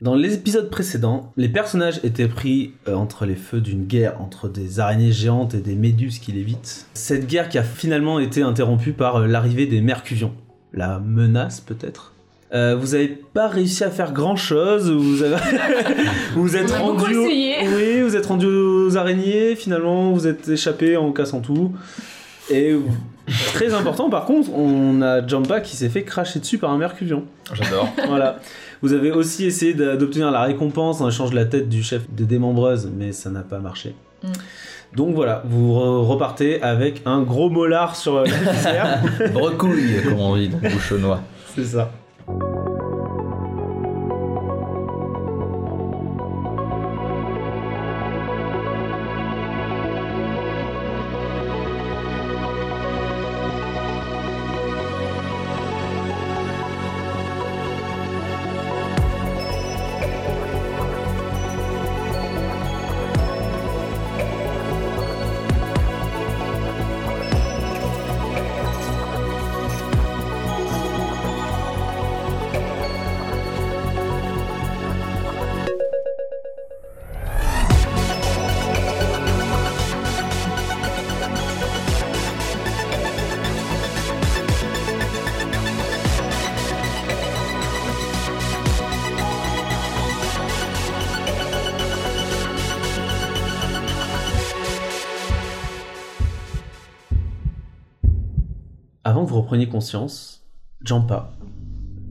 Dans l'épisode précédent, les personnages étaient pris euh, entre les feux d'une guerre entre des araignées géantes et des méduses qui lévitent. Cette guerre qui a finalement été interrompue par euh, l'arrivée des Mercuvions. La menace peut-être Euh, vous avez pas réussi à faire grand chose, vous avez... vous êtes On a beaucoup rendu. au- essayé. Oui, vous êtes rendu aux araignées, finalement, vous êtes échappé en cassant tout. Et très important par contre, on a Jamba qui s'est fait cracher dessus par un Mercuvion. J'adore. Voilà. Vous avez aussi essayé d'a- d'obtenir la récompense en échange de la tête du chef des démembreuses, mais ça n'a pas marché. Mm. Donc voilà, vous re- repartez avec un gros molar sur euh, la visière. Brecouille, comme on dit dans le bouchonnois. C'est ça. Avant que vous repreniez conscience, Jampa,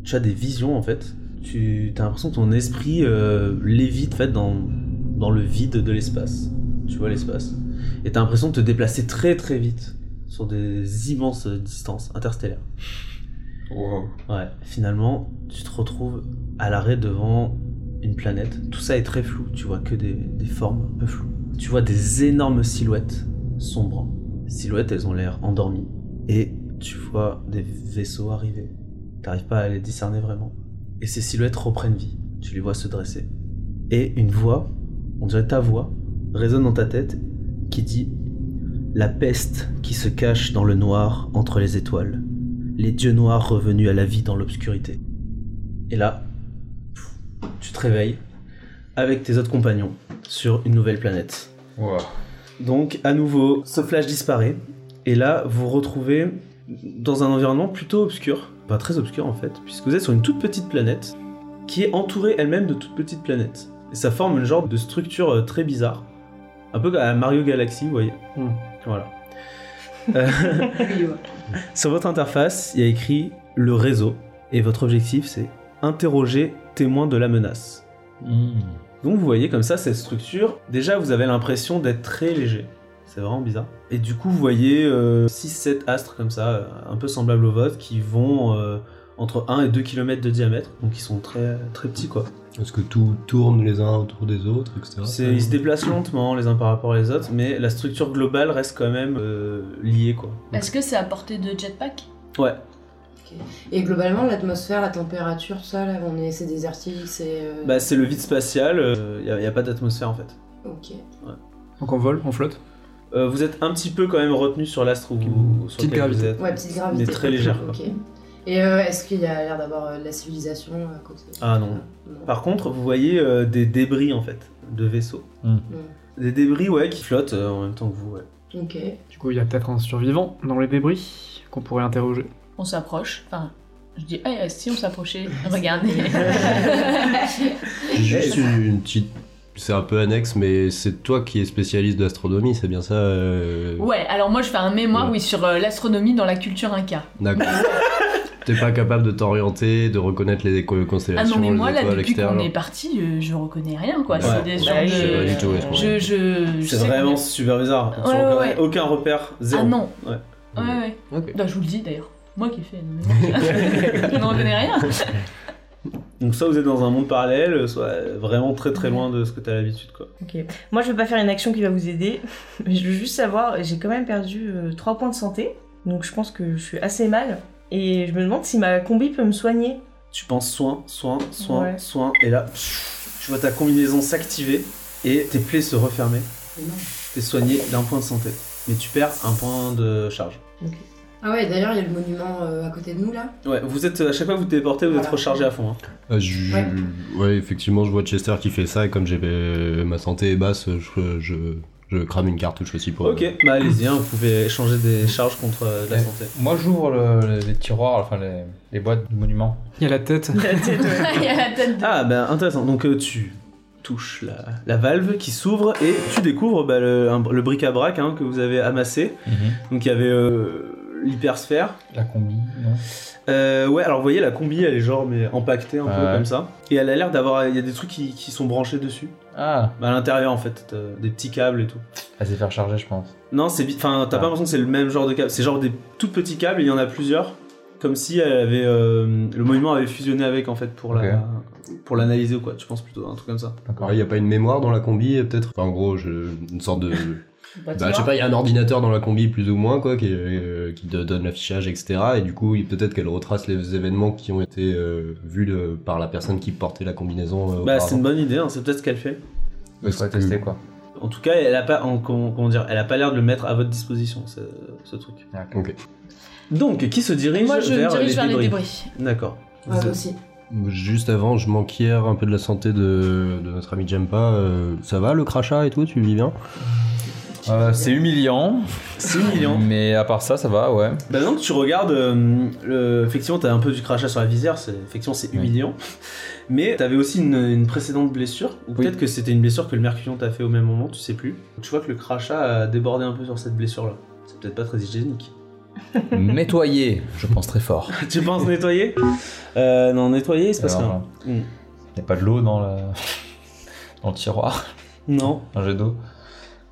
tu as des visions en fait. Tu as l'impression que ton esprit euh, lévite en fait, dans, dans le vide de l'espace. Tu vois l'espace. Et t'as l'impression de te déplacer très très vite sur des immenses distances interstellaires. Ouais, finalement, tu te retrouves à l'arrêt devant une planète. Tout ça est très flou, tu vois que des, des formes un peu floues. Tu vois des énormes silhouettes sombres. Silhouettes, elles ont l'air endormies. Et tu vois des vaisseaux arriver. T'arrives pas à les discerner vraiment. Et ces silhouettes reprennent vie. Tu les vois se dresser. Et une voix, on dirait ta voix, résonne dans ta tête qui dit La peste qui se cache dans le noir entre les étoiles les dieux noirs revenus à la vie dans l'obscurité. Et là, pff, tu te réveilles avec tes autres compagnons sur une nouvelle planète. Donc, à nouveau, ce flash disparaît. Et là, vous vous retrouvez dans un environnement plutôt obscur. Pas très obscur en fait, puisque vous êtes sur une toute petite planète qui est entourée elle-même de toutes petites planètes. Et ça forme une genre de structure euh, très bizarre. Un peu comme à Mario Galaxy, vous voyez. Hmm. Voilà. Euh, Sur votre interface, il y a écrit le réseau et votre objectif c'est interroger témoin de la menace. Hmm. Donc vous voyez comme ça cette structure, déjà vous avez l'impression d'être très léger. C'est vraiment bizarre. Et du coup vous voyez 6-7 astres comme ça, euh, un peu semblables au vôtre, qui vont euh, entre 1 et 2 km de diamètre, donc ils sont très, très petits quoi. Est-ce que tout tourne les uns autour des autres, etc. C'est- Ils se déplacent lentement les uns par rapport aux autres, mais la structure globale reste quand même euh, liée quoi. Est-ce que c'est à portée de jetpack Ouais, Et globalement, l'atmosphère, la température, tout ça, là, on est, c'est désertique, c'est. euh, bah c'est le vide spatial, il n'y a pas d'atmosphère en fait. Ok. Donc on vole, on flotte. Euh, vous êtes un petit peu quand même retenu sur l'astre où vous, sur Petite lequel vous gravité. êtes. Ouais, petite gravité. Mais très légère, quoi. Ok. Et euh, est-ce qu'il y a l'air d'avoir euh, de la civilisation à côté Ah, non. Par contre, vous voyez euh, des débris en fait de vaisseaux. Hmm. Des débris ouais qui flottent euh, en même temps que vous. ouais. Ok. Du coup, il y a peut-être un survivant dans les débris qu'on pourrait interroger. On s'approche. Enfin, je dis, ah, si on s'approchait, regardez. J'ai Juste une, une petite. C'est un peu annexe, mais c'est toi qui es spécialiste d'astronomie, c'est bien ça euh, ouais, alors moi je fais un mémoire, Ouais. oui, sur euh, l'astronomie dans la culture inca. D'accord. T'es pas capable de t'orienter, de reconnaître les éco- Ah constellations, non, mais moi les là, étoiles, depuis etc. qu'on est parti, euh, je reconnais rien, quoi. Ouais. Bah C'est des genres Ouais, je sais de- pas du tout, ouais, je Je, je, je C'est sais vraiment combien- super bizarre. Ouais, Sur ouais, aucun, ouais. aucun repère, zéro. Ah non. Ouais. Ouais, ouais. Ok. Bah, je vous le dis d'ailleurs. Moi qui ai fait. non, mais- je n'en reconnais rien. Donc soit vous êtes dans un monde parallèle, soit vraiment très très loin de ce que t'as l'habitude quoi. Ok. Moi, je vais pas faire une action qui va vous aider, mais je veux juste savoir, j'ai quand même perdu 3 points de santé, donc je pense que je suis assez mal, et je me demande si ma combi peut me soigner. Tu penses soin, soin, soin, Ouais. soin, et là, tu vois ta combinaison s'activer et tes plaies se refermer. Mais non. T'es soigné d'un point de santé, mais tu perds un point de charge. Ah ouais, d'ailleurs, il y a le monument euh, à côté de nous là. Ouais, vous êtes à chaque fois que vous téléportez, vous êtes Voilà. rechargé à fond. hein. Ah, je- Ouais. Ouais, effectivement, je vois Chester qui fait ça et comme j'ai euh, ma santé est basse, je, je, je crame une cartouche aussi pour. Ok, bah allez-y, hein, vous pouvez échanger des charges contre euh, de la Ouais. santé. Moi, j'ouvre le- le- les tiroirs, enfin les, les boîtes du monument. Il y a la tête. La tête, ouais. Il y a la tête de... Ah bah intéressant, donc euh, tu touches la, la valve qui s'ouvre et tu découvres bah, le, un- le bric-à-brac hein, que vous avez amassé. Mhm. Donc il y avait euh, l'hypersphère. La combi, non Euh, ouais, alors vous voyez la combi elle est genre mais empaquetée un peu Ouais. comme ça. Et elle a l'air d'avoir, il y a des trucs qui, qui sont branchés dessus. Ah, Bah, à l'intérieur en fait, t'as des petits câbles et tout. elle s'est faire charger, je pense. Non, c'est vite. Enfin, t'as pas l'impression que c'est le même genre de câble. C'est genre des tout petits câbles, il y en a plusieurs. Comme si elle avait, euh, le monument avait fusionné avec, en fait, pour la, pour l'analyser ou quoi. Tu penses plutôt à un truc comme ça. D'accord. Alors, il n'y a pas une mémoire dans la combi, et peut-être Enfin, en gros, je- une sorte de. bah, je sais pas, il y a un ordinateur dans la combi, plus ou moins, quoi, qui, euh, qui te donne l'affichage, etc. Et du coup, il- peut-être qu'elle retrace les événements qui ont été euh, vus de- par la personne qui portait la combinaison. euh, Bah, auparavant. c'est une bonne idée, hein, c'est peut-être ce qu'elle fait. Je serait tester quoi. En tout cas, elle a pas, en- comment, comment dire, elle a pas l'air de le mettre à votre disposition, ce, ce truc. Ah, ok. Ok. Donc, qui se dirige Moi, je me vers, dirige les, vers les débris. débris. D'accord. Vous Ouais, êtes- aussi. Juste avant, je m'enquière un peu de la santé de, de notre ami Jampa. Euh, ça va le crachat et tout Tu vis bien Euh, c'est humiliant, C'est humiliant. mais à part ça, ça va, ouais. Bah, maintenant que tu regardes, euh, le- effectivement, t'as un peu du crachat sur la visière, c'est, effectivement, c'est Oui. humiliant. Mais t'avais aussi une, une précédente blessure, ou peut-être que c'était une blessure que le Mercurion t'a fait au même moment, tu sais plus. Tu vois que le crachat a débordé un peu sur cette blessure-là. C'est peut-être pas très hygiénique. Nettoyer, je pense très fort. tu penses nettoyer euh, Non, nettoyer, il se passe Alors, rien. non. Mm. Il n'y a pas de l'eau dans, le... dans le tiroir, Non, un jet d'eau.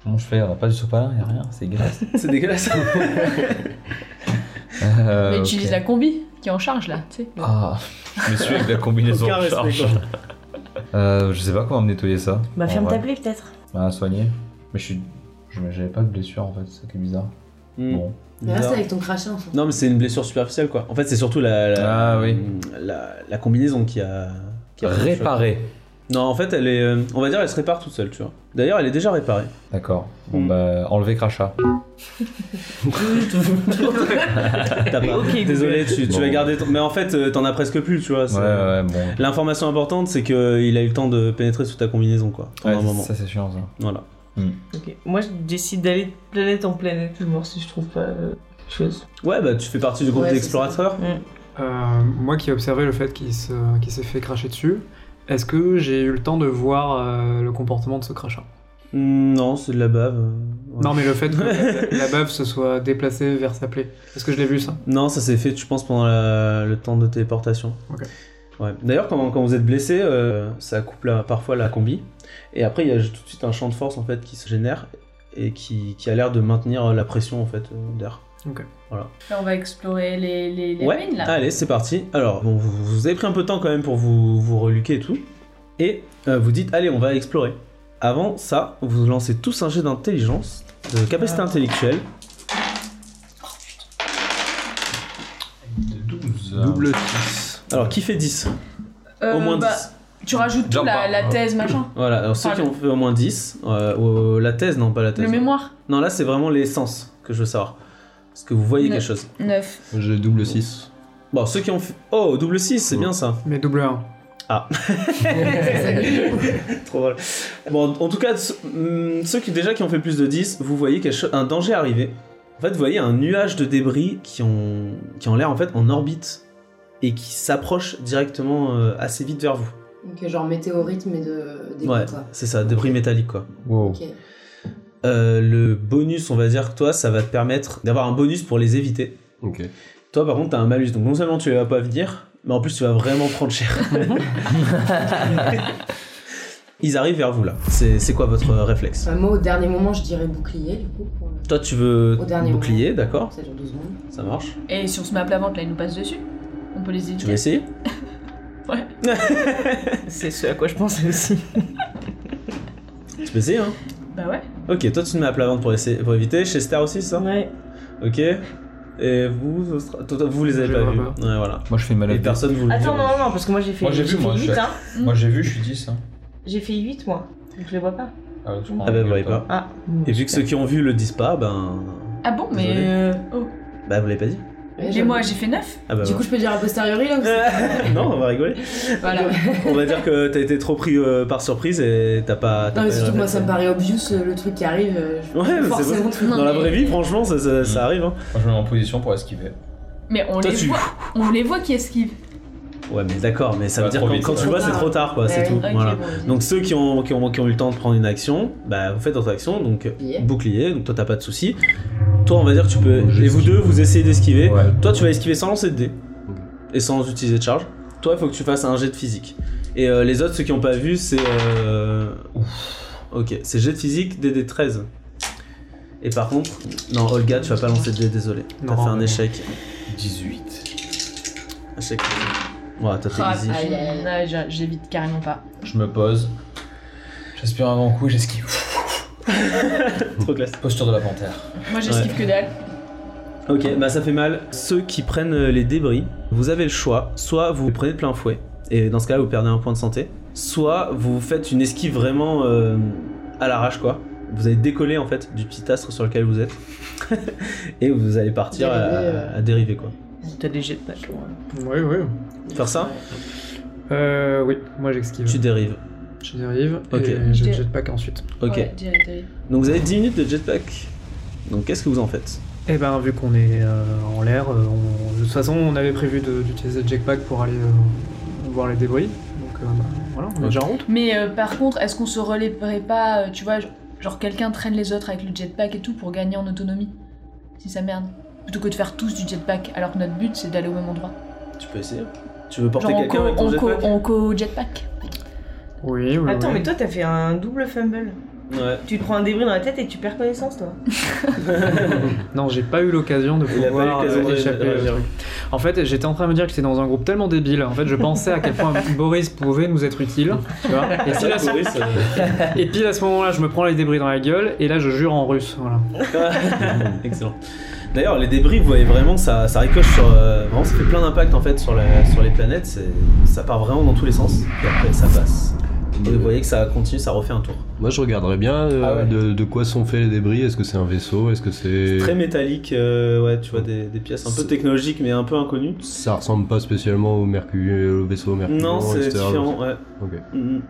Comment je fais On n'a pas du sopalin, il n'y a rien, c'est dégueulasse. c'est dégueulasse. Euh, Mais ok. utilise la combi qui est en charge là, tu sais. Ah, monsieur avec la combinaison Aucun en respect, charge. quoi. Euh, je sais pas comment me nettoyer ça. Bah, En ferme vrai. ta plaie peut-être. Bah, soigner. Mais je suis. je- J'avais pas de blessure en fait, c'est ça qui est bizarre. Mm. Bon. Mais là, Bizarre. c'est avec ton crachat en fait. Non, mais c'est une blessure superficielle, quoi. En fait, c'est surtout la, la, Ah, oui. la, la combinaison qui a... Qui a Réparer. Non, en fait, elle est... euh, on va dire, elle se répare toute seule, tu vois. D'ailleurs, elle est déjà réparée. D'accord. Bon, Mm. bah, enlever crachat. Ah T'as bah, pas. Ok, Désolé, tu, tu Bon. vas garder ton... Mais en fait, euh, t'en as presque plus, tu vois. Ouais, c'est- ouais, bon. L'information importante, c'est qu'il a eu le temps de pénétrer sous ta combinaison, quoi. Pendant Ouais, un moment. ça, c'est chiant ça. Voilà. Ok. Moi, je décide d'aller de planète en planète, voir si je trouve pas euh, chose. Ouais, bah, tu fais partie du groupe Ouais, c'est d'explorateurs. Euh, moi qui ai observé le fait qu'il se- qu'il s'est fait cracher dessus, est-ce que j'ai eu le temps de voir euh, le comportement de ce crachat Mm, Non, c'est de la bave. euh, ouais. Non, mais le fait que la, la bave se soit déplacée vers sa plaie. Est-ce que je l'ai vu ça Non, ça s'est fait, je pense, pendant la- le temps de téléportation. Ok. Ouais. D'ailleurs, quand, quand vous êtes blessé, euh, ça coupe la- parfois la combi. Et après, il y a tout de suite un champ de force en fait qui se génère et qui, qui a l'air de maintenir la pression en fait euh, d'air. Là, on va explorer les, les, les ouais. ruines là. Allez, c'est parti. Alors, bon, vous, vous avez pris un peu de temps quand même pour vous, vous reluquer et tout. Et euh, vous dites, allez, on va explorer. Avant ça, vous lancez tous un jet d'intelligence, de Euh. capacité intellectuelle. Euh, Double 6. Alors, qui fait 10 Euh, Au moins 10. bah, tu rajoutes tout, la, Jumper. hein. la thèse, machin. Voilà, alors ceux Enfin, qui le- ont fait au moins 10, euh, euh, la thèse, non pas la thèse. Le mémoire, Non, là c'est vraiment les sens que je veux savoir. Est-ce que vous voyez Ne- quelque chose 9. J'ai double 6. Bon, ceux qui ont fait. Oh, double 6, c'est Mm. bien ça. Mais double 1. Trop drôle. Bon, en tout cas, ce- hum, ceux qui déjà qui ont fait plus de 10, vous voyez quelque chose- un danger arriver. En fait, vous voyez un nuage de débris qui ont, qui ont l'air en fait en orbite et qui s'approche directement euh, assez vite vers vous. Donc, euh, genre météorite, mais de. Des ouais, coups, quoi. c'est ça, débris métalliques quoi. Wow. Ok. Euh, le bonus, on va dire que toi, ça va te permettre d'avoir un bonus pour les éviter. Ok. Toi, par contre, t'as un malus, donc non seulement tu vas pas venir, mais en plus tu vas vraiment prendre cher. Ils arrivent vers vous là. C'est c'est quoi votre euh, réflexe Enfin, moi, au dernier moment, je dirais bouclier, du coup. Pour... Toi, tu veux Au dernier bouclier, d'accord Ça dure 12 secondes. Ça marche. Et si on se met à plat ventre, là, ils nous passent dessus. On peut les Tu veux éviter. essayer C'est ce à quoi je pensais aussi. Tu peux essayer, hein Bah ouais. Ok, toi, tu te mets à plat ventre pour, essayer, pour éviter. Chester aussi, c'est ça Ouais. Ok. Et vous, Austra- toi, toi, vous les avez Je pas vois vus. pas. Ouais, voilà. Moi, je fais une Et malade. personne vous le dit. Attends, non, non, non, parce que moi j'ai fait, Moi, j'ai vu, fait moi, 8, je- hein. Moi, j'ai vu, je suis 10. Hein. J'ai fait 8, moi. Donc je les vois pas. Ah, ouais, je prends Ah bah, un vous voyez laptop. pas. Ah. Et vu que ceux qui ont vu le disent pas, ben. Ah bon, mais. Désolé. euh, Oh. Bah, vous l'avez pas dit Ouais, Et j'avoue. moi, j'ai fait 9 Ah bah. Du coup, je peux dire a posteriori là ou c'est- voilà. non, on va rigoler. Voilà. On va dire que t'as été trop pris euh, par surprise et t'as pas. t'as Non, mais pas eu surtout la que moi, tête. ça me paraît obvious euh, le truc qui arrive. euh, je- Ouais, mais c'est forcément, tout le Dans monde. la vraie vie, franchement, ça, ça- Mm. ça arrive. Hein. Moi, je me mets en position pour esquiver. Mais on Toi, les tu- voit, on les voit qui esquivent. Ouais, mais d'accord, mais ça Ça veut va dire trop que vite, quand ça tu va. vois, c'est trop tard, quoi, Ouais, c'est ouais. tout. Ok, Voilà. bon, vas-y. Donc ceux qui ont, qui, ont, qui ont eu le temps de prendre une action, bah vous faites votre action, donc euh, Bouclier. bouclier, donc toi t'as pas de soucis. Toi on va dire tu peux... Je Et vous esquive. deux vous essayez d'esquiver. Ouais. Toi tu vas esquiver sans lancer de dés. Ok. Et sans utiliser de charge. Toi il faut que tu fasses un jet de physique. Et euh, les autres, ceux qui ont pas vu, c'est... euh, Ok, c'est jet de physique DD13. Et par contre, non Olga tu vas pas lancer de dés, désolé. T'as Non, fait un mais- échec. 18. Échec. Voilà, toi t'es Ah, easy. aïe, aïe, aïe, aïe, j'a- j'évite carrément pas. Je me pose. J'aspire un grand coup et j'esquive. Trop classe. Posture de la panthère. Moi, j'esquive que dalle. Ok, bah ça fait mal. Ceux qui prennent euh, les débris, vous avez le choix. Soit vous les prenez de plein fouet, et dans ce cas-là, vous perdez un point de santé. Soit vous faites une esquive vraiment euh, à l'arrache, quoi. Vous allez décoller en fait du petit astre sur lequel vous êtes. et vous allez partir à- Dériver, à, euh. dériver, quoi. T'as des jets de pack. Oui, oui. Faire ça Euh, oui, moi j'esquive. Tu dérives. Je dérive Ok. et je Je- jetpack ensuite. Ok. Ouais, direct, direct. Donc vous avez 10 minutes de jetpack. Donc qu'est-ce que vous en faites Eh ben, vu qu'on est euh, en l'air, euh, on- de toute façon, on avait prévu de- d'utiliser le jetpack pour aller euh, voir les débris. Donc euh, bah, voilà, on est Ok. déjà en route. Mais euh, par contre, est-ce qu'on se relèverait pas, euh, tu vois, je- genre quelqu'un traîne les autres avec le jetpack et tout pour gagner en autonomie Si ça merde. Plutôt que de faire tous du jetpack, alors que notre but c'est d'aller au même endroit. Tu peux essayer. Tu veux porter Genre on quelqu'un avec ton co- on co- jetpack on co-jetpack. Oui, oui. Attends, oui. mais toi, t'as fait un double fumble. Ouais. Tu te prends un débris dans la tête et tu perds connaissance, toi. Non, j'ai pas eu l'occasion de Il a pas eu pouvoir l'occasion euh, de échapper au réagir. truc. En fait, j'étais en train de me dire que j'étais dans un groupe tellement débile. En fait, je pensais à quel point Boris pouvait nous être utile. Tu vois et, pile à ce- Oui, ça- euh, et pile à ce moment-là, je me prends les débris dans la gueule et là, je jure en russe. Voilà. Excellent. D'ailleurs, les débris, vous voyez vraiment, ça, ça ricoche sur. euh, vraiment, ça fait plein d'impact en fait sur, la- sur les planètes. C'est- Ça part vraiment dans tous les sens. Et après, ça passe. Et vous voyez que ça continue, ça refait un tour. Moi, je regarderais bien euh, Ah ouais. de, de quoi sont faits les débris. Est-ce que c'est un vaisseau Est-ce que c'est. Très métallique, euh, ouais, tu vois, des, des pièces un peu C'est- technologiques mais un peu inconnues. Ça ressemble pas spécialement au, mercure, au vaisseau Mercure. Non, c'est différent, ouais. Ok. Mm, mm.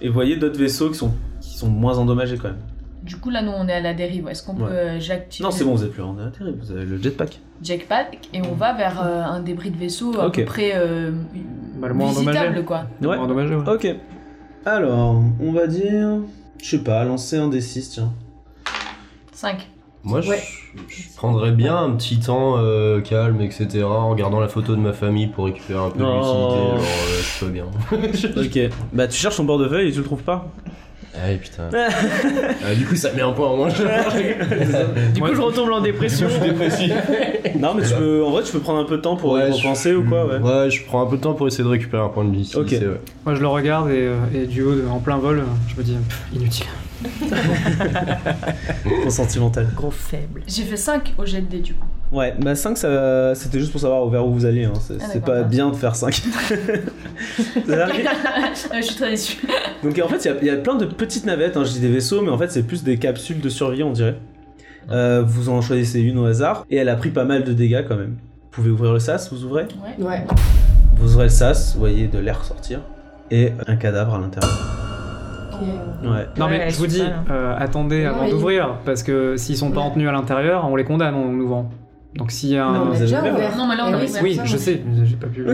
Et vous voyez d'autres vaisseaux qui sont, qui sont moins endommagés quand même. Du coup, là, nous, on est à la dérive. Est-ce qu'on Ouais. peut. euh, J'active Non, c'est bon, vous êtes plus en terrible, vous avez le jetpack. le jetpack et on va vers euh, un débris de vaisseau à Ok. peu près euh, Bah, le moins endommagé. visitable, quoi. Ouais. Moins endommagé, ouais. Ok. Alors, on va dire. Je sais pas, lancer un D6, tiens. 5. Moi, je, Ouais. je prendrais bien un petit temps euh, calme, etc. En regardant la photo de ma famille pour récupérer un peu de Oh. lucidité. Alors, euh, je suis pas bien. Ok. Bah, tu cherches ton portefeuille et tu le trouves pas Ah putain. Ah, du coup, ça met un point en moins. Du Ouais. coup, je retombe en dépression. non, mais tu peux, en vrai, tu peux prendre un peu de temps pour Ouais, y je- repenser ou quoi, ouais. Ouais, je prends un peu de temps pour essayer de récupérer un point de lucidité. Ok. ouais. Moi, je le regarde et, euh, et du haut, de- en plein vol, euh, je me dis pff, inutile. Trop sentimental. Gros faible. J'ai fait 5 au jet de dés, du coup. Ouais, bah 5, ça, c'était juste pour savoir vers où vous allez. Hein. C'est Ah, c'est d'accord. pas bien de faire 5. Ah, Euh, je suis très déçue. Donc en fait, il y a- il y, a plein de petites navettes. hein. Je dis des vaisseaux, mais en fait, c'est plus des capsules de survie, on dirait. Euh, vous en choisissez une au hasard. Et elle a pris pas mal de dégâts quand même. Vous pouvez ouvrir le sas, vous ouvrez Ouais. Ouais. Vous ouvrez le sas, vous voyez de l'air sortir. Et un cadavre à l'intérieur. Ouais. Non, Ouais, mais je vous c'est dis, ça, là. euh, attendez Ouais, avant il- d'ouvrir parce que s'ils sont pas Ouais. en tenue à l'intérieur, on les condamne en ouvrant. Donc s'il y a Non, un. on a Ah, vous déjà avez ouvert. ouvert. Non, Ah mais là, on Eh a Ah, oui. ouvert. Oui, ça, je on- sais, mais j'ai pas pu.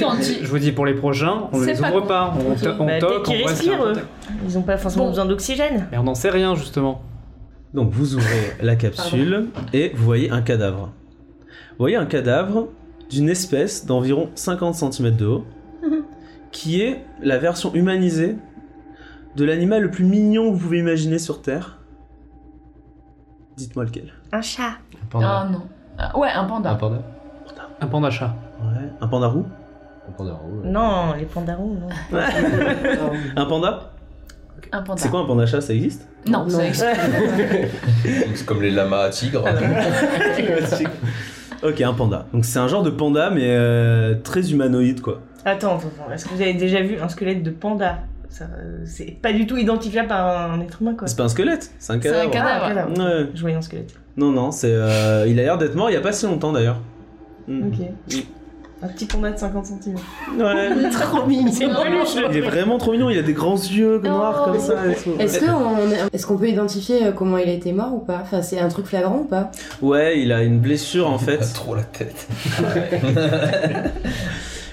Quand on Je dit- vous dis pour les prochains, on ne C'est les pas ouvre con. pas, on, to- on Bah, peut-être toque, on qu'ils voit s'il y a un respirent, eux. contact. Ils ont pas forcément Bon. besoin d'oxygène. Mais on n'en sait rien justement. Donc vous ouvrez la capsule et vous voyez un cadavre. Vous voyez un cadavre d'une espèce d'environ 50 cm de haut, qui est la version humanisée de l'animal le plus mignon que vous pouvez imaginer sur Terre. Dites-moi lequel. Un chat. Panda. Ah non. Ah, ouais, un Un panda. panda Un panda chat. Ouais. Un panda roux Un panda. ouais. Non, les pandarons, non. Un panda Un panda. C'est quoi un panda chat Ça existe Non, Non. ça existe. Donc, C'est comme les lamas à tigre. Ok, un panda. Donc c'est un genre de panda mais euh, très humanoïde quoi. Attends, attends, attends. Est-ce que vous avez déjà vu un squelette de panda ça, euh, c'est pas du tout identifiable par un être humain, quoi. C'est pas un squelette, c'est un C'est un cadavre. Ah, cadavre. cadavre. Ouais. Je voyais un squelette. Non, non, c'est. euh, il a l'air d'être mort il y a pas si longtemps d'ailleurs. Mm. Ok. Un petit panda de 50 cm. Ouais. Trop mignon. C'est peluche. Il est vraiment trop mignon, il a des grands yeux noirs Oh. comme ça et tout. Est-ce qu'on est qu'on peut identifier euh, comment il a été mort ou pas Enfin, c'est un truc flagrant ou pas Ouais, il a une blessure en fait. trop la tête.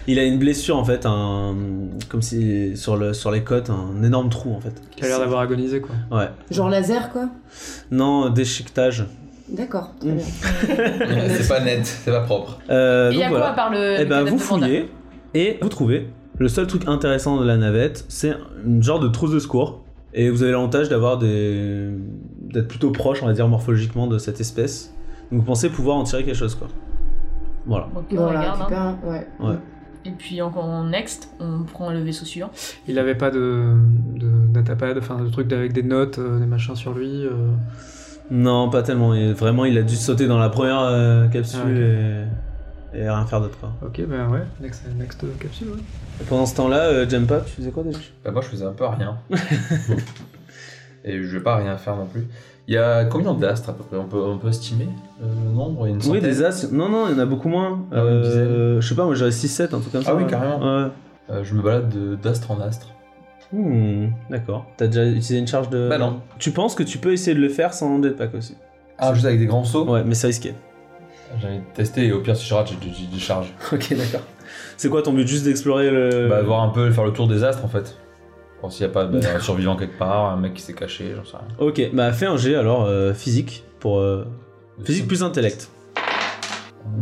Il a une blessure en fait, un comme si sur le sur les côtes, un énorme trou en fait. Qui a l'air d'avoir agonisé quoi. Ouais. Genre laser, quoi Non, déchiquetage. D'accord, très Mm. bien. c'est pas net, c'est pas propre. Euh, Et il y donc a quoi à voilà. part le. Eh le ben cadavre vous de Vanda fouillez et vous trouvez le seul truc intéressant de la navette, c'est une genre de trousse de secours et vous avez l'avantage d'avoir des d'être plutôt proche, on va dire morphologiquement de cette espèce. Donc vous pensez pouvoir en tirer quelque chose quoi. Voilà. Ok, on Bon, on la regarde. hein. récupère, hein, ouais. Ouais. Et puis en, en next, on prend le vaisseau suivant. Il avait pas de, de datapad, enfin de trucs avec des notes, euh, des machins sur lui. euh. Non, pas tellement. Il- vraiment, il a dû sauter dans la première euh, capsule Ah, et... et rien faire d'autre. quoi. Ok, ben ouais, next, next euh, capsule. Ouais. Et Pendant ce temps-là, euh, Jempa, tu faisais quoi déjà Bah moi je faisais un peu rien. Et je vais pas rien faire non plus. Il y a combien d'astres à peu près on peut, on peut estimer euh, le nombre Il y a une Oui, centaine des as. Non, non, il y en a beaucoup moins. Ah, une Euh, je sais pas, moi j'avais 6-7, un truc comme ça. Ah oui, ouais. carrément. Ouais. Euh, je me balade de- d'astre en astre. Hmm, D'accord. T'as déjà utilisé une charge de. Bah non. Tu penses que tu peux essayer de le faire sans jetpack aussi Ah, juste avec des grands sauts Ouais, mais c'est risqué. J'ai envie de tester et au pire, si je rate, je, je- je décharge. ok, d'accord. C'est quoi ton but Juste d'explorer le. Bah, voir un peu, faire le tour des astres en fait. Bon, s'il n'y a pas bah, un survivant quelque part, un mec qui s'est caché, j'en sais rien. Ok, bah fais un G alors euh, physique pour. euh, Physique plus intellect.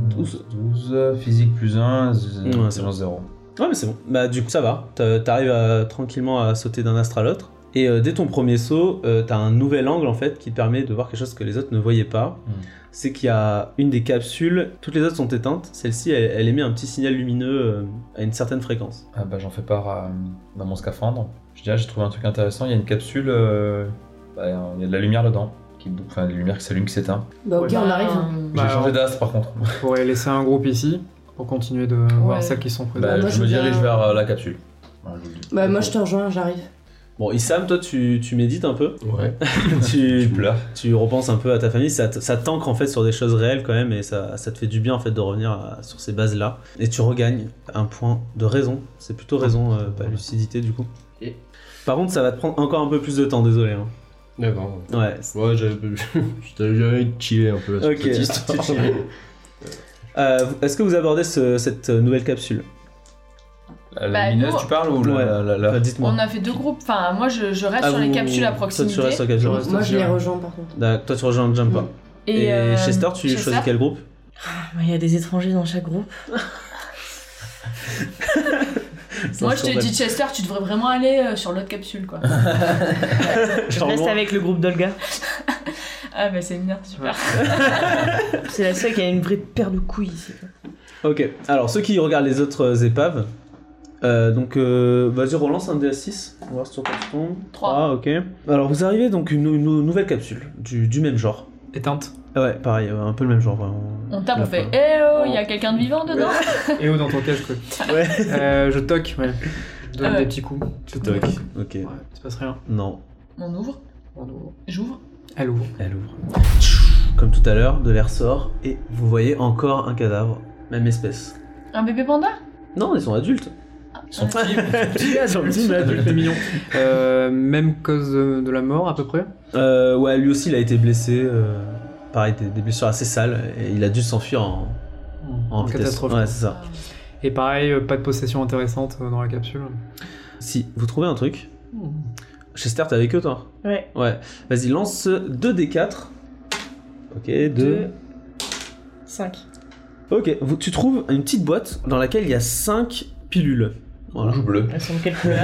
12. 12, physique plus 1, Ouais, c'est bon. 0, 0. Ouais, mais c'est bon. Bah, du coup, ça va. T'a- T'arrives à- tranquillement à sauter d'un astre à l'autre. Et euh, dès ton premier saut, euh, t'as un nouvel angle en fait qui te permet de voir quelque chose que les autres ne voyaient pas. Hmm. C'est qu'il y a une des capsules, toutes les autres sont éteintes. Celle-ci, elle, elle émet un petit signal lumineux euh, à une certaine fréquence. Ah bah j'en fais part à- dans mon scaphandre. Je dis ah, j'ai trouvé un truc intéressant, il y a une capsule, euh, bah, il y a de la lumière dedans. Qui, enfin, de la lumière qui s'allume, qui s'éteint. Bah, ok, Ouais. on arrive. hein. Ben, J'ai Bah, changé on- d'astre par contre. On pourrait laisser un groupe ici pour continuer de voir celles qui sont présentes. Bah, moi, je je me viens- dirige vers euh, la capsule. Voilà, je vous le dis. Bah, moi, je te rejoins, j'arrive. Bon, Issam, toi, tu, tu médites un peu. Ouais. tu, Tu pleures. tu repenses un peu à ta famille, ça, te- ça t'ancre en fait sur des choses réelles quand même et ça, ça te fait du bien en fait de revenir à- sur ces bases là. Et tu regagnes un point de raison, c'est plutôt raison, euh, pas lucidité du coup. Et- Par contre ça va te prendre encore un peu plus de temps, désolé. hein. D'accord. Ouais. Ouais, j'avais j'avais- j'avais chillé un peu là, sur Ok, cette histoire. tu chilles. Euh, Est-ce que vous abordez ce- cette euh, nouvelle capsule La Bah, lumineuse, nous- tu parles ou la- Ouais. Bah, la- la- la- Enfin, Euh, Dites-moi. On a fait deux groupes. Enfin, moi je, je reste Ah, sur les vous- capsules à toi, tu proximité. restes sur capsule. Je reste Moi, aussi, je les ouais. rejoins, par contre. D'accord, Toi tu rejoins Jump pas. Mm. Et, euh, Chester, tu Chester, choisis quel groupe Il y a des étrangers dans chaque groupe. Moi je te dis Chester, tu devrais vraiment aller euh, sur l'autre capsule quoi. Je reste avec le groupe d'Olga. ah bah c'est bien, super. C'est la seule qui a une vraie paire de couilles ici. quoi. Ok, alors ceux qui regardent les autres épaves, euh, donc euh, vas-y relance un DA6, on va voir sur quoi tu tombes. Trois. Trois, Ah, ok. Alors vous arrivez donc une, nou- nou- nouvelle capsule, du, du même genre. Éteinte. Ah ouais, pareil, euh, un peu le même genre. ouais, on- On tape, la on fait fin. Eh oh, il y a quelqu'un de vivant dedans Et haut dans ton cage quoi. Ouais. Euh, je toque, ouais. Je donne Ah ouais. des petits coups. Je Toc, ok. Ouais, il se passe rien. Non, On ouvre, On ouvre. j'ouvre. Elle ouvre. elle ouvre. Comme tout à l'heure, de l'air sort et vous voyez encore un cadavre, même espèce. Un bébé panda Non, ils sont adultes. Ah, Ils sont ouais. Ils sont petits, mais adultes. C'est mignon. Euh, même cause de, de la mort à peu près. Euh, ouais, lui aussi il a été blessé, euh, pareil, des, des blessures assez sales, et il a dû s'enfuir en, en, En vitesse. catastrophe. Ouais, c'est ça. Ah. Et pareil, euh, pas de possession intéressante euh, dans la capsule. Si, vous trouvez un truc. Chester, t'es avec eux, toi Ouais. Ouais. Vas-y, lance 2d4. Ok, 2. 5. Ok, vous- tu trouves une petite boîte dans laquelle il y a 5 pilules. Voilà. Rouge bleu. Elles sont de quelle couleur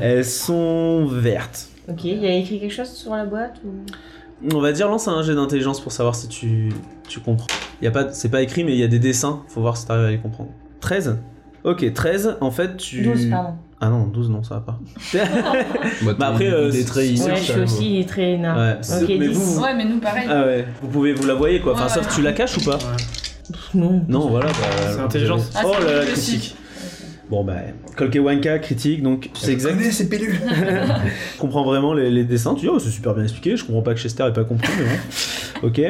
Elles sont vertes. Ok, il y a écrit quelque chose sur la boîte ou... On va dire, lance un jet d'intelligence pour savoir si tu, tu comprends. Il Y a pas, c'est pas écrit, mais il y a des dessins. Faut voir si t'arrives à les comprendre. 13 Ok, 13, en fait, tu... 12, pardon. Ah non, 12, non, ça va pas. Bah, Bah, après, t'es- euh, t'es très c'est- innocent, Ouais, je suis quand même. aussi très nain. Ouais, Ok, mais 10. vous... vous- Ouais, mais nous pareil. Ah ouais, vous pouvez, vous la voyez, quoi. Enfin, Ouais, sauf ouais. que tu la caches ou pas Ouais. Non. Non, voilà. bah, C'est intelligence. Ah, oh c'est la magnifique. critique. Bon bah, Kolkewanka, critique, donc tu sais exact. Connais ces pilules Je comprends vraiment les, les dessins, tu dis oh c'est super bien expliqué, je comprends pas que Chester ait pas compris, mais bon. Ok.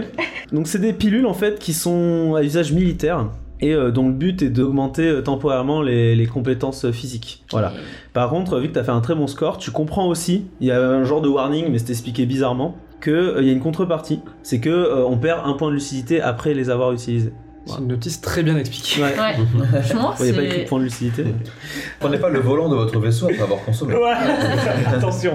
Donc c'est des pilules en fait qui sont à usage militaire et euh, dont le but est d'augmenter euh, temporairement les, les compétences euh, physiques. Voilà. Par contre, vu que t'as fait un très bon score, tu comprends aussi, il y a un genre de warning, mais c'est expliqué bizarrement, qu'il y a une contrepartie, c'est que euh, on perd un point de lucidité après les avoir utilisés. C'est une notice très bien expliquée. Ouais. Ouais, franchement, Il n'y a pas écrit c'est. point de lucidité. Prenez pas le volant de votre vaisseau après avoir consommé. Attention.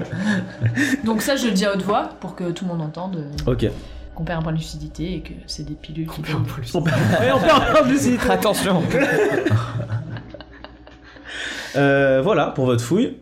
Donc, ça, je le dis à haute voix pour que tout le monde entende euh, Ok. qu'on perd un point de lucidité et que c'est des pilules qui donnent. On perd, ouais, on perd un point de lucidité. Attention Euh, voilà pour votre fouille.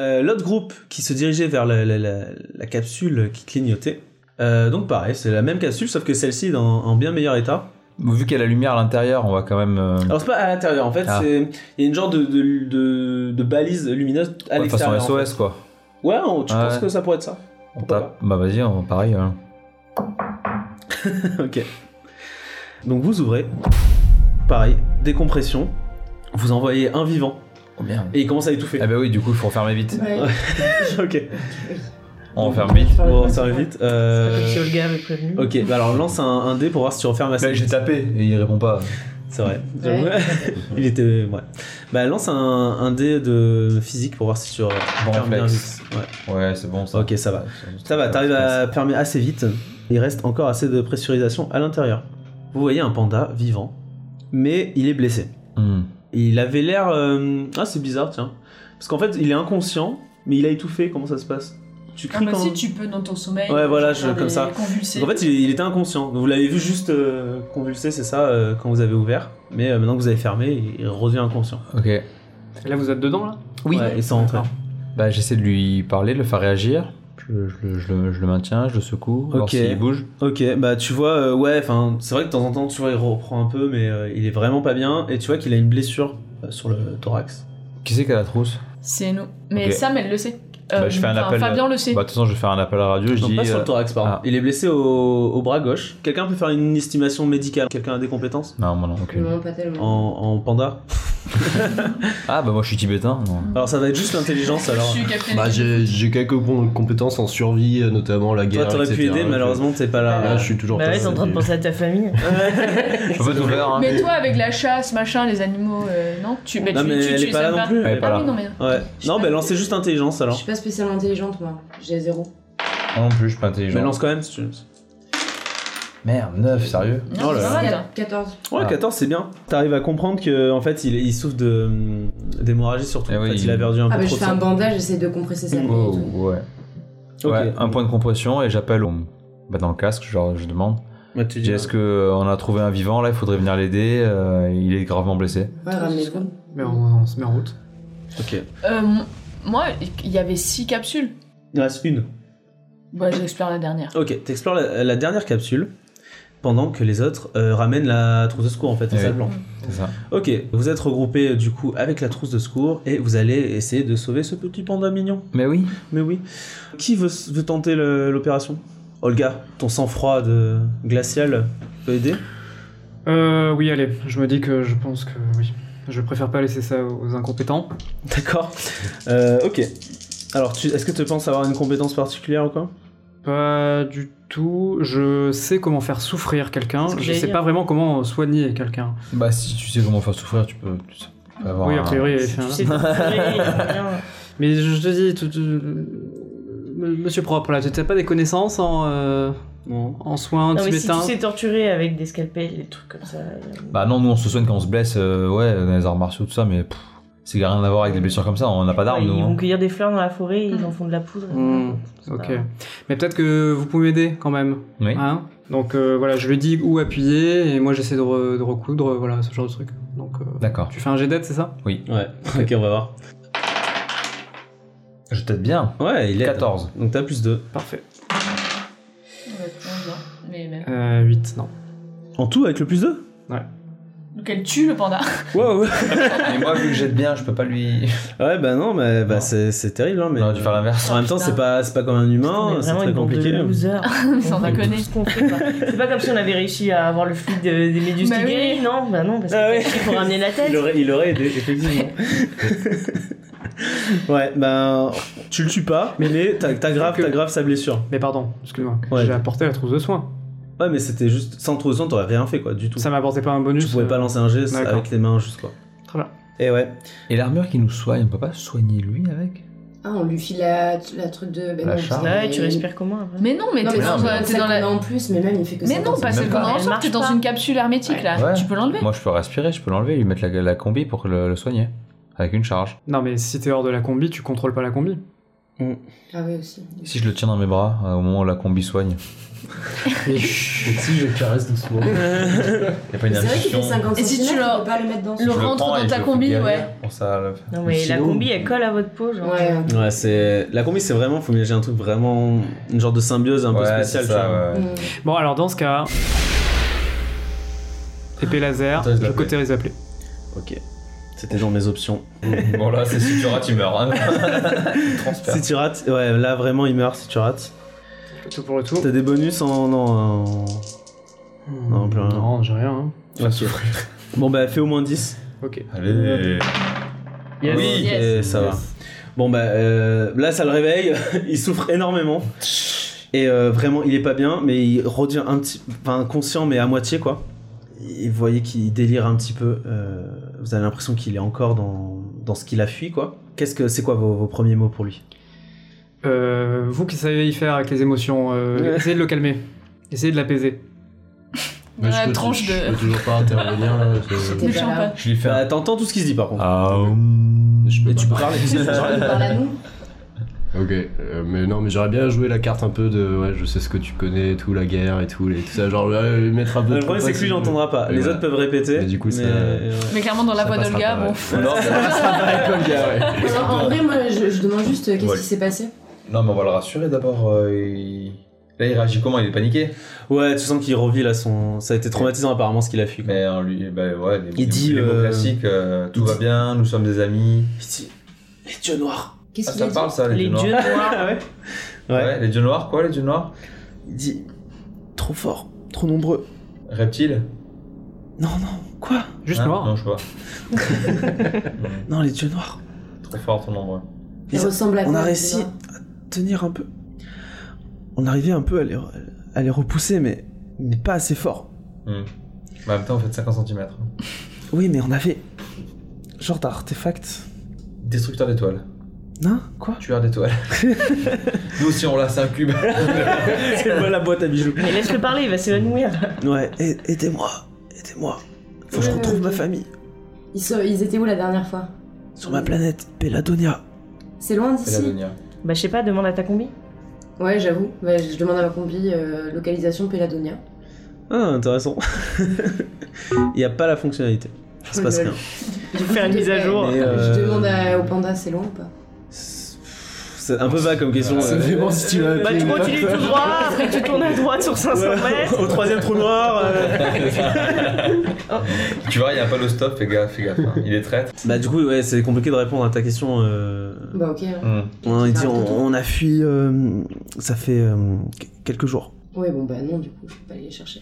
Euh, L'autre groupe qui se dirigeait vers la, la- la- la capsule qui clignotait. euh, donc pareil, c'est la même capsule, sauf que celle-ci est en, en bien meilleur état. Vu qu'il y a la lumière à l'intérieur, on va quand même. euh, Alors c'est pas à l'intérieur, en fait, Ah. c'est il y a une genre de, de, de- de balise lumineuse à ouais, façon l'extérieur. en SOS quoi. fait. Ouais, on- tu Ouais. penses que ça pourrait être ça On Pourquoi tape. Bah vas-y, on- pareil. hein. Ok. Donc vous ouvrez. Pareil, décompression. Vous envoyez un vivant Oh merde. et il commence à étouffer. Ah bah oui, du coup, il faut refermer vite. Ouais. ok. On referme vite. Bon, ça va vite. Euh, Comme si Olga avait prévenu. Ok, bah alors lance un, un dé pour voir si tu refermes assez Là, Bah, j'ai tapé et il répond pas. C'est vrai. Ouais. Ouais. Il était. Ouais. Bah lance un, un dé de physique pour voir si tu re- Bon fermes bien réflexe. vite. Ouais. Ouais, c'est bon ça. Ok, ça va. Ça va, t'arrives à fermer assez vite. Il reste encore assez de pressurisation à l'intérieur. Vous voyez un panda vivant, mais il est blessé. Hmm. Il avait l'air. euh, Ah, c'est bizarre, tiens. Parce qu'en fait, il est inconscient, mais il a étouffé. Comment ça se passe Tu Ah cries bah quand si tu peux dans ton sommeil. Ouais, voilà, je- faire comme des ça. convulsés. En fait, il, il était inconscient. Vous l'avez vu juste euh, convulsé, c'est ça, euh, quand vous avez ouvert. Mais euh, maintenant que vous avez fermé, il, il revient inconscient. Ok. Et là, vous êtes dedans, là Oui. Ouais, et sans rentrer. D'accord. Bah, j'essaie de lui parler, de le faire réagir. Je, je le- je le, je le maintiens, je le secoue, voir Ok. s'il bouge. Ok, bah tu vois, euh, ouais, enfin, c'est vrai que de temps en temps, tu vois, il reprend un peu, mais euh, il est vraiment pas bien. Et tu vois qu'il a une blessure euh, sur le thorax. Qui c'est qui a la trousse C'est nous. Mais Ok. Sam, elle le sait. Euh, Bah, je fais un enfin, appel, Fabien le sait. Bah, de toute façon, je vais faire un appel à la radio. Je Non, dis. pas sur euh, le thorax, pardon. ah. Il est blessé au, au bras gauche. Quelqu'un peut faire une estimation médicale Quelqu'un a des compétences Non, moi non, ok. Non, pas en, tellement. en panda Ah, bah, moi je suis tibétain. non. Alors ça va être juste l'intelligence je alors. suis capitaine. Bah, j'ai j'ai quelques com- compétences en survie, euh, notamment la guerre. Toi t'aurais pu etc., aider, donc, malheureusement t'es pas euh, là. Là, je suis toujours Bah ouais, pas- t'es en train de penser à ta famille. Je peux pas tout faire. Hein. mais toi, avec la chasse, machin, les animaux, euh, non Tu, bah, non tu, mais tu, elle tu est les pas là aimes non plus. Elle est pas Ah là. oui, non, mais. Ouais. Je Non, sais bah pas. lancez juste intelligence Je alors. suis pas spécialement intelligente, moi. J'ai zéro. Non plus, je suis pas Mais intelligent. lance quand même si tu veux. Merde, neuf, sérieux Non, Oh là c'est pas mal. 14. Ouais, Ah. 14 c'est bien. T'arrives à comprendre que en fait il, il souffre de hum, d'hémorragie surtout. Eh En oui, fait, il il- a perdu un Ah, peu bah, trop je de fais un sang. bandage, j'essaie de compresser sa vie et Oh, tout. ouais. Ok. Ouais, un point de compression et j'appelle au- bah, dans le casque, genre je demande. Bah, tu Je dis, dis est-ce que euh, on a trouvé un vivant là, il faudrait venir l'aider, euh, il est gravement blessé. Ouais, ramenez-le. Mais on, on se met en route. Ok. Euh, m- moi, il y avait six capsules. Il reste une. Bah, j'explore la dernière. Ok, t'explores la, la dernière capsule pendant que les autres euh, ramènent la trousse de secours en fait au Eh oui. salle blanc. C'est ça. Ok, vous êtes regroupés euh, du coup avec la trousse de secours et vous allez essayer de sauver ce petit panda mignon. Mais oui. Mais oui. Qui veut, veut tenter le- l'opération Olga, ton sang-froid de glacial peut aider Euh, oui, allez, je me dis que je pense que oui. Je préfère pas laisser ça aux incompétents. D'accord. Euh, ok. Alors, tu- est-ce que tu penses avoir une compétence particulière ou quoi Pas du tout. Je sais comment faire souffrir quelqu'un. C'est ce que Je j'allais sais dire. pas vraiment comment soigner quelqu'un. Bah si tu sais comment faire souffrir, tu peux, tu sais, tu peux avoir Oui, un- a priori, il avait Si fait tu un- sais pas tirer, rien. Mais je te dis, tu- tu- M- Monsieur Propre, là, tu n'as pas des connaissances en, euh, Non. en soins Non, mais si tu tibétains sais torturer avec des scalpels, des trucs comme ça. euh, Bah non, nous on se soigne quand on se blesse, euh, ouais, dans les arts martiaux tout ça, mais pff, c'est rien à voir avec des blessures comme ça, on n'a pas d'armes ils nous. vont hein. cueillir des fleurs dans la forêt et ils Mm. en font de la poudre. Mm, C'est Ok. pas- Mais peut-être que vous pouvez m'aider quand même. Oui. hein Donc euh, voilà, je lui dis où appuyer et moi j'essaie de, re- de recoudre, euh, voilà, ce genre de truc. Donc euh, D'accord. tu fais un jet d'aide, c'est ça Ouais. Ok, on va voir. Je t'aide bien. Ouais, il est. 14. Donc t'as plus 2. Parfait. Ouais, tout va bien. Mais, mais- Euh, 8, non. En tout, avec le plus 2 Donc elle tue le panda. Wow. ouais. Mais moi, vu que j'aide bien, je peux pas lui. Ouais, bah non, mais bah, Non. c'est c'est terrible. Hein, mais... J'aurais dû faire l'inverse. En même temps, Putain. c'est pas, c'est pas comme un On humain, est c'est vraiment très une bande compliqué. de losers. Sans On fait déconner. tout ce qu'on fait, quoi. C'est pas comme si on avait réussi à avoir le fluide euh, des méduses Bah qui oui. guérit, non Bah non, parce Ah ouais. qu'il faut ramener la tête. Il aurait, il aurait aidé, effectivement. ouais, ben, tu le tues pas, mais t'as- t'aggraves Que- t'aggraves sa blessure. Mais pardon, excuse-moi, Ouais. j'ai apporté la trousse de soins. Ouais, mais c'était juste. Sans trop de sang, t'aurais rien fait, quoi, du tout. Ça m'apportait pas un bonus. tu pouvais pas euh, lancer un geste D'accord. avec les mains, juste quoi. Très bien. Et ouais. Et l'armure qui nous soigne, on peut pas soigner lui avec Ah, on lui file la, la truc de. Ben La non, charge. Ah Ouais, mais- tu respires comment après Mais non, mais Non, t'es mais dans, non, mais un- c'est t'es dans ça qu'on a la. en plus, mais même il fait que Mais ça. non, pas celle même qu'on pas. a en Elle sorte, t'es dans marche pas. une capsule hermétique là. Ouais. Tu peux l'enlever. Moi, je peux respirer, je peux l'enlever, lui mettre la, la combi pour le, le soigner. Avec une charge. Non, mais si t'es hors de la combi, tu contrôles pas la combi. Ah oui, aussi. Si je le tiens dans mes bras, euh, au moment où la combi soigne. Et si je caresse doucement. Y a pas une C'est vrai qu'il fait injection 50 Et si tu centimètres, le- on peut pas le mettre dans Je le son. rentre prends dans et ta je le combi, fais ouais. guérir pour ça, euh, le- Non, mais la Sinon- combi, elle colle à votre peau, genre. Ouais. Ouais, c'est. La combi, c'est vraiment. Faut mélanger un truc vraiment. Une genre de symbiose un peu Ouais, spéciale, c'est tu ça, vois. ouais. Mm. Bon, alors dans ce cas. Épée laser, Autorise je la plaie. cautérise la plaie. Ok. C'était dans mes options. Mm. Bon là c'est si tu rates tu meurs. Hein. Tu transperces. Si tu rates, ouais, là vraiment il meurt si tu rates. Tout pour le tour. T'as des bonus en. Non, en- Non, plus rien. Hmm. Non, j'ai rien. hein. Ok. Bon, bah fais au moins 10. Ok. Allez. Yes. Oui, Yes. ça va. Bon, bah euh, là ça le réveille, il souffre énormément. Et euh, vraiment, il est pas bien, mais il redevient un petit. Enfin, conscient, mais à moitié quoi. Et vous voyez qu'il délire un petit peu. euh, vous avez l'impression qu'il est encore dans, dans ce qu'il a fui quoi. Qu'est-ce que c'est quoi vos, vos premiers mots pour lui Euh, vous qui savez y faire avec les émotions, euh, Ouais. essayez de le calmer. Essayez de l'apaiser. Dans la tranche Bah, de. Je peux toujours pas intervenir là. c'est- C'était Méchant pas là. pas. Je lui fais Bah, un... T'entends tout ce qu'il se dit par contre. Ah, Je mais peux tu pas. peux parler. Il parle à nous. Ok, euh, mais non, mais j'aurais bien joué la carte un peu de ouais, je sais ce que tu connais, et tout, la guerre et tout, et tout ça, genre euh, mettre un peu Le de problème c'est que lui il compassion. n'entendra pas. Et Les voilà. autres peuvent répéter. Mais du coup, ça- euh, ouais. Mais clairement, dans la Ça voix passera d'Olga, pas, bon. ouais. Non, ça va, ça va. Pas le gars, ouais. En- En vrai, moi, je, je demande juste euh, qu'est-ce Ouais. qui s'est passé. non mais on va le rassurer d'abord. euh, il- Là il réagit comment Il est paniqué. Ouais, tu sens qu'il revit là son. Ça a été traumatisant apparemment ce qu'il a fui. quoi. Mais on lui, bah ouais, les, les- dit, les mots euh, classiques. euh, tout il va dit- bien, nous sommes des amis. Il dit, Les dieux noirs. Qu'est-ce Ah, qu'il a ça dit parle ça les, Les dieux noirs. dieux noirs. ouais. ouais. Ouais. Les dieux noirs quoi les dieux noirs Il dit trop fort, trop nombreux. Reptiles. Non, non, quoi Juste Hein noir. ah. Non je vois. Mm, Non, les dieux noirs. Trop fort ton nombre. Il Ils- ressemble à On quoi, a tu réussi vois à tenir un peu. On arrivait un peu à les, à les repousser, mais, mais pas assez fort. Mm. Bah, en même temps, vous faites hein. 50 cm. Oui, mais on avait. Genre d'artefact. Destructeur d'étoiles. Non Quoi Tueur d'étoiles. Nous aussi, on l'a, c'est un cube. C'est pas la boîte à bijoux. Mais laisse-le parler, il va s'évanouir. Ouais, a- aidez-moi. Aidez-moi. Faut que je Ouais, retrouve ok. ma famille. Ils, sont- ils étaient où la dernière fois Sur ma planète, Peladonia. C'est loin C'est la d'ici Donia. Bah, je sais pas, demande à ta combi. Ouais, j'avoue. Ouais, je demande à ma combi euh, localisation Péladonia. Ah, intéressant. Il n'y a pas la fonctionnalité. Il se passe rien. Du coup, Faire une je- mise à jour. Mais, Je euh, demande à- au panda, c'est loin ou pas C'est un peu vague comme question. euh. Ça dépend si tu vas Bah, tu continues tout droit, après tu tournes à droite sur 500 mètres. Au troisième trou noir. euh. Tu vois, il y a un le stop, fais gaffe, fais gaffe. hein. Il est traître. Bah du coup ouais c'est compliqué de répondre à ta question. euh. Bah, ok. hein. Mm. On, il dit, Ah, on, on a fui. euh, ça fait euh, qu- quelques jours. Ouais, bon, bah non, du coup, je peux pas aller les chercher.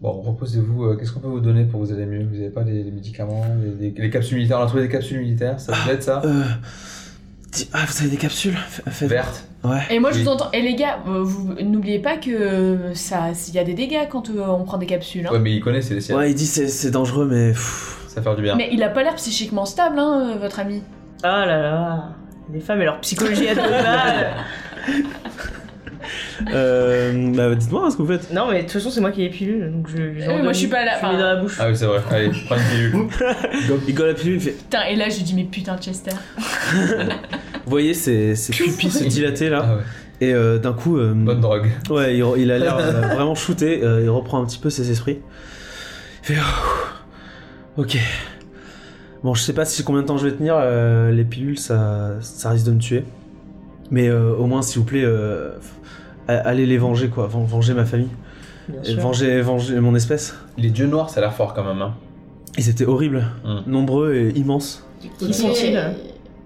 Bon, reposez-vous. euh, Qu'est-ce qu'on peut vous donner pour vous aller mieux Vous avez pas des, des médicaments des, des- Les capsules militaires On a trouvé des capsules militaires, ça vous aide ça Euh, dis- ah vous avez des capsules. F- faites- Verte. Ouais. Et moi je Oui. vous entends. Et les gars, euh, vous n'oubliez pas que euh, ça, s'il y a des dégâts quand euh, on prend des capsules. hein. Ouais, mais il connaît, c'est les siennes. Ouais il dit c'est c'est dangereux mais. pff, Ça fait du bien. Mais il a pas l'air psychiquement stable, hein, euh, votre ami. Ah là là. Les femmes et leur psychologie à deux balles. euh, bah dites-moi hein, ce que vous faites. Non, mais de toute façon, c'est moi qui ai les pilules, donc je. Eh oui, moi, je suis pas là, Je mets enfin. dans la bouche. Ah oui, c'est vrai. Allez, prends une pilule. Il gueule la pilule il fait. Putain, et là je lui dis, mais putain, Chester. Vous voyez ses, ses pupilles se dilater là Ah ouais. et euh, d'un coup. euh, Bonne drogue. Ouais, il, re- il a l'air euh, vraiment shooté, euh, il reprend un petit peu ses esprits. Il fait Ouh, Ok. Bon, je sais pas si combien de temps je vais tenir, euh, les pilules ça, ça risque de me tuer. Mais euh, au moins, s'il vous plaît, euh, f- a- allez les venger quoi, Ven- venger ma famille, Bien et sûr. venger, venger mon espèce. Les dieux noirs, ça a l'air fort quand même. Hein. Et c'était horrible. Hmm. Nombreux et immenses. Qui sont-ils euh,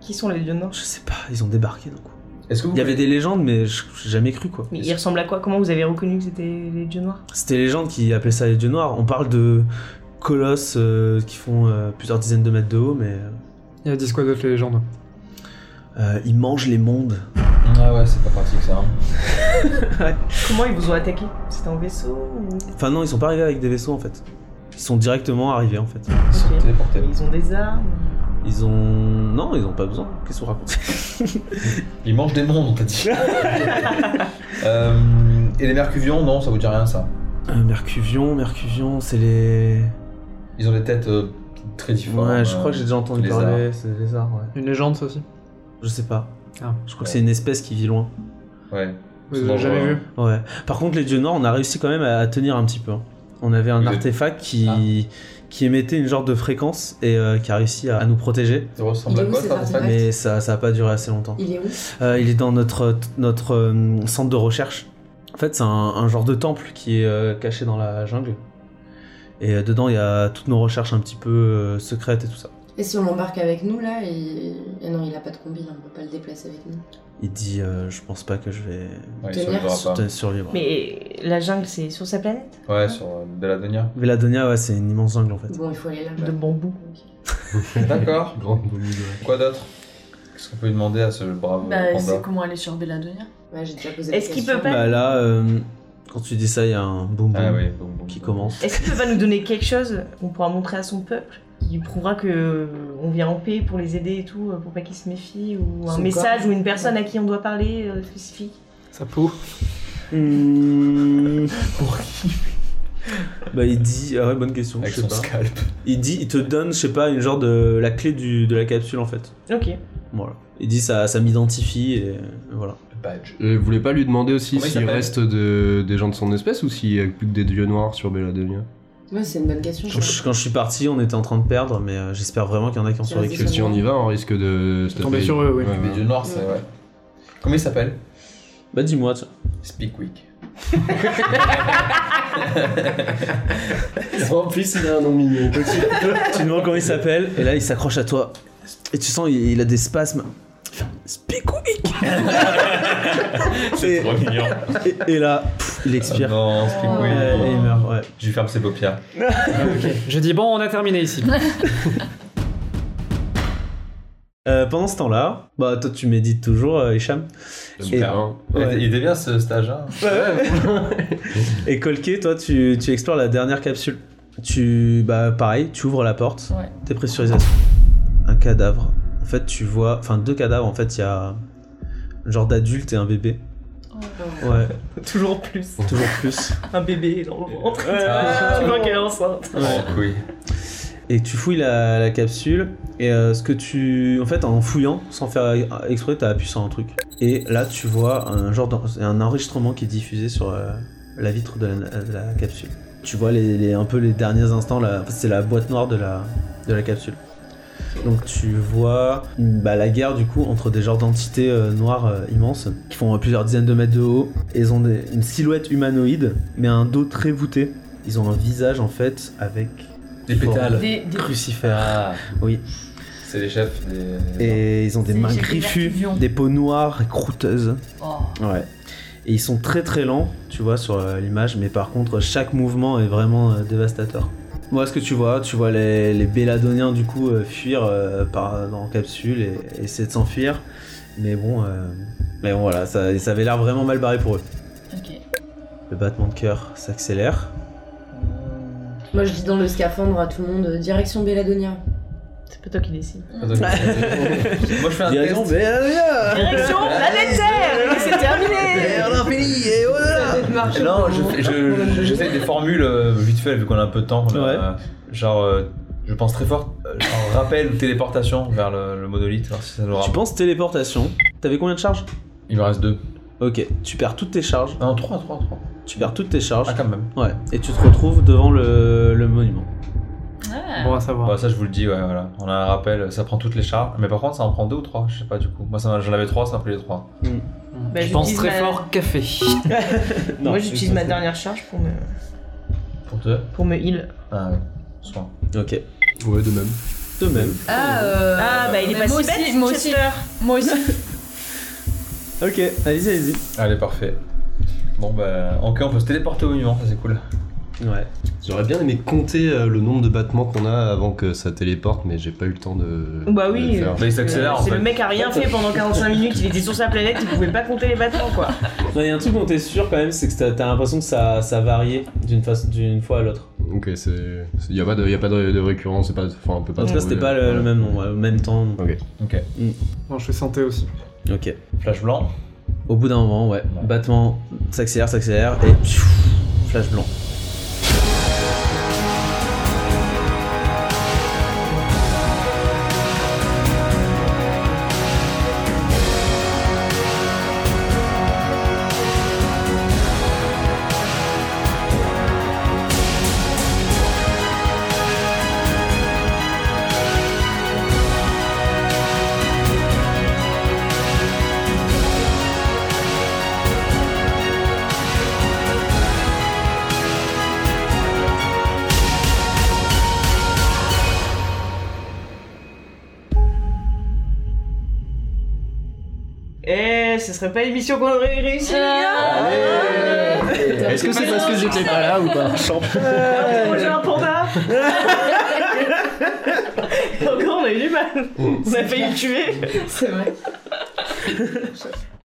Qui sont les lieutenants Je sais pas, ils ont débarqué d'un coup. Est-ce que vous Il y avait des légendes, mais je- j'ai jamais cru quoi. Mais ils ressemblent à quoi Comment vous avez reconnu que c'était les dieux noirs C'était les gens qui appelaient ça les dieux noirs. On parle de colosses euh, qui font euh, plusieurs dizaines de mètres de haut, mais Il y a dit quoi d'autre les légendes euh, ils mangent les mondes. Ah ouais, c'est pas pratique ça. hein. Comment ils vous ont attaqué C'était en vaisseau ou... Enfin non, ils sont pas arrivés avec des vaisseaux en fait. Ils sont directement arrivés en fait. Ils sont Ok. téléportés. Ils ont des armes Ils ont... Non, ils ont pas besoin. Qu'est-ce qu'on raconte Ils mangent des mondes, on t'a dit. Euh, et les Mercuvions, non, ça vous dit rien ça. Euh, Mercuvion, Mercuvion, c'est les... Ils ont des têtes euh, très différentes. ouais, je crois euh, que j'ai déjà entendu lézards. parler. C'est les lézards, ouais. Une légende, ça aussi. Je sais pas. Ah. Je crois que c'est une espèce qui vit loin. Ouais. Vous C'est avez jamais dangereux, vu Ouais. Par contre, les dieux noirs, on a réussi quand même à à tenir un petit peu. hein. On avait un Vous êtes- artefact qui, Ah. qui émettait une genre de fréquence et euh, qui a réussi à, à nous protéger. Ça ressemble Il à est où, quoi cet ça en fait artefact Mais ça ça a pas duré assez longtemps. Il est où Euh, il est dans notre, notre euh, centre de recherche. En fait, c'est un, un genre de temple qui est euh, caché dans la jungle. Et euh, dedans, il y a toutes nos recherches un petit peu euh, secrètes et tout ça. Et si on l'embarque avec nous là il... Ah non, il a pas de combi, là, on peut pas le déplacer avec nous. Il dit euh, Je pense pas que je vais Ouais, Tenir sur le Dorapa. te- survivre. Mais la jungle, c'est sur sa planète Ouais, sur euh, Belladonia. Veladonia, ouais, c'est une immense jungle en fait. Bon, il faut aller là-bas. De bambou. D'accord. Grande boulide. Quoi d'autre Qu'est-ce qu'on peut lui demander à ce brave Bah, c'est panda comment aller sur Belladonia Ouais, j'ai déjà posé Est-ce la qu'il question. peut pas- Bah là, euh, quand tu dis ça, il y a un boom boom Ah oui, boum, boum, qui boum. commence. Est-ce qu'il peut pas nous donner quelque chose qu'on pourra montrer à son peuple qui lui prouvera que euh, on vient en paix pour les aider et tout, euh, pour pas qu'ils se méfient, ou un Son message corps. ou une personne à qui on doit parler euh, spécifique. Sa peau. Mmh. bah il dit, ah ouais, bonne question, Avec je sais son pas. scalp. Il dit, il te donne, je sais pas, une genre de la clé du, de la capsule en fait. Ok. Voilà. Il dit ça, ça m'identifie et voilà. Le badge. Et Euh, vous voulez pas lui demander aussi Comment il s'il s'appelle reste de- des gens de son espèce ou s'il y a plus que des dieux noirs sur Belladonia Ouais, c'est une bonne question. Quand je, quand je suis parti, on était en train de perdre, mais euh, j'espère vraiment qu'il y en a qui ont Qui Parce survécu. que si on y va, on risque de se Tomber taper- sur eux, oui. Ouais, Les ouais. yeux noirs, c'est. Ouais. Comment il s'appelle Bah dis-moi, tiens. Speakwick. En plus, il a un nom mignon. tu demandes comment il s'appelle et là il s'accroche à toi et tu sens il, il a des spasmes. Speak quick. et, mignon. et- et là, pff, il expire. Ah non, Speakwick. Ouais, et il meurt, ouais. Je lui ferme ses paupières. Ah, J'ai dit, bon, on a terminé ici. Euh, pendant ce temps-là, bah toi tu médites toujours, euh, Hicham. Super. hein. ben, Ouais. Il était bien ce stage. Hein. Et Colquet, toi tu, tu explores la dernière capsule. Tu bah pareil, tu ouvres la porte. Ouais. Tes pressurisations. Un cadavre. En fait, tu vois, enfin deux cadavres. En fait, il y a un genre d'adulte et un bébé. Ouais, Toujours plus. toujours plus. Un bébé dans le ventre. Ah, tu vois qu'elle est enceinte. Oh, oui. Et tu fouilles la, la capsule, et euh, ce que tu. En fait, en fouillant, sans faire exprès, t'as appuyé sur un truc. Et là, tu vois un genre d'en- un enregistrement qui est diffusé sur euh, la vitre de la, de la capsule. Tu vois les, les- un peu les derniers instants, là. c'est la boîte noire de la, de la capsule. Donc tu vois une- bah, la guerre du coup entre des genres d'entités euh, noires euh, immenses qui font euh, plusieurs dizaines de mètres de haut. Et ils ont des- une silhouette humanoïde mais un dos très voûté. Ils ont un visage en fait avec Des pétales. Des, des... crucifères. Ah. Oui. C'est les chefs des. Et ils ont des C'est- mains j'ai des griffues, vertiges. des peaux noires et croûteuses. Oh. Ouais. Et ils sont très très lents, tu vois, sur euh, l'image, mais par contre, chaque mouvement est vraiment euh, dévastateur. Voilà ce que tu vois, tu vois les, les Belladoniens du coup euh, fuir euh, par, dans capsule et, et essayer de s'enfuir. Mais bon, euh, mais bon voilà, ça, ça avait l'air vraiment mal barré pour eux. Ok. Le battement de cœur s'accélère. Moi, je dis dans le scaphandre à tout le monde, euh, direction Belladonia. C'est pas toi qui décide. Attends, Moi je fais un Direction test. Belladonia Direction la Terre Et c'est terminé Vers l'infini et au-delà Non, je fais- je- je- j'essaie des formules euh, vite fait vu qu'on a un peu de temps. qu'on a, Ouais. euh, genre, euh, je pense très fort, euh, genre rappel ou téléportation vers le, le monolithe. voir si ça nous Tu rappelle. penses téléportation T'avais combien de charges Il me reste deux. Ok, tu perds toutes tes charges. Non, trois, trois, trois. Tu perds toutes tes charges. Ah, quand même. Ouais. Et tu te retrouves devant le, le monument. Ah. Bon à savoir. Bah, ça, je vous le dis, ouais, voilà. On a un rappel, ça prend toutes les charges. Mais par contre, ça en prend deux ou trois, je sais pas du coup. Moi, ça- j'en avais trois, ça en pris les trois. Bah, je pense j'utilise très ma- fort café. Moi j'utilise ma dernière charge pour me, Pour deux pour me heal. Ah, ouais. Soin. Ok. Ouais, de même. De même. Ah, euh... Ah, bah il est mais pas moi si bête, aussi, moi aussi. Chester. Moi aussi. Ok, allez-y, allez-y. Allez, parfait. Bon, bah, ok, on peut se téléporter au monument, ça c'est cool. Ouais. J'aurais bien aimé compter euh, le nombre de battements qu'on a avant que ça téléporte, mais j'ai pas eu le temps de. Bah de oui. le faire. Bah, il s'accélère en C'est fait. le mec a rien fait pendant 45 minutes, il était sur sa planète, il pouvait pas compter les battements quoi. Il y a un truc dont t'es sûr quand même, c'est que t'as t'as l'impression que ça, ça variait d'une face- d'une fois à l'autre. Ok, c'est. Il y a pas de, y a pas de, de récurrence, c'est pas. Enfin, on peut pas. En tout cas, trouver- euh. c'était pas le, le même nom, ouais, au même temps. Non, je fais santé aussi. Ok. Flash blanc. Au bout d'un moment, ouais. Ouais. Battement s'accélère, s'accélère et pfiou, flash blanc. Eh, ce serait pas l'émission qu'on aurait réussi, hein les gars Est-ce que c'est parce que j'étais pas là ou pas Euh, Moi j'ai un panda Encore on a eu du mal On a failli le tuer C'est vrai.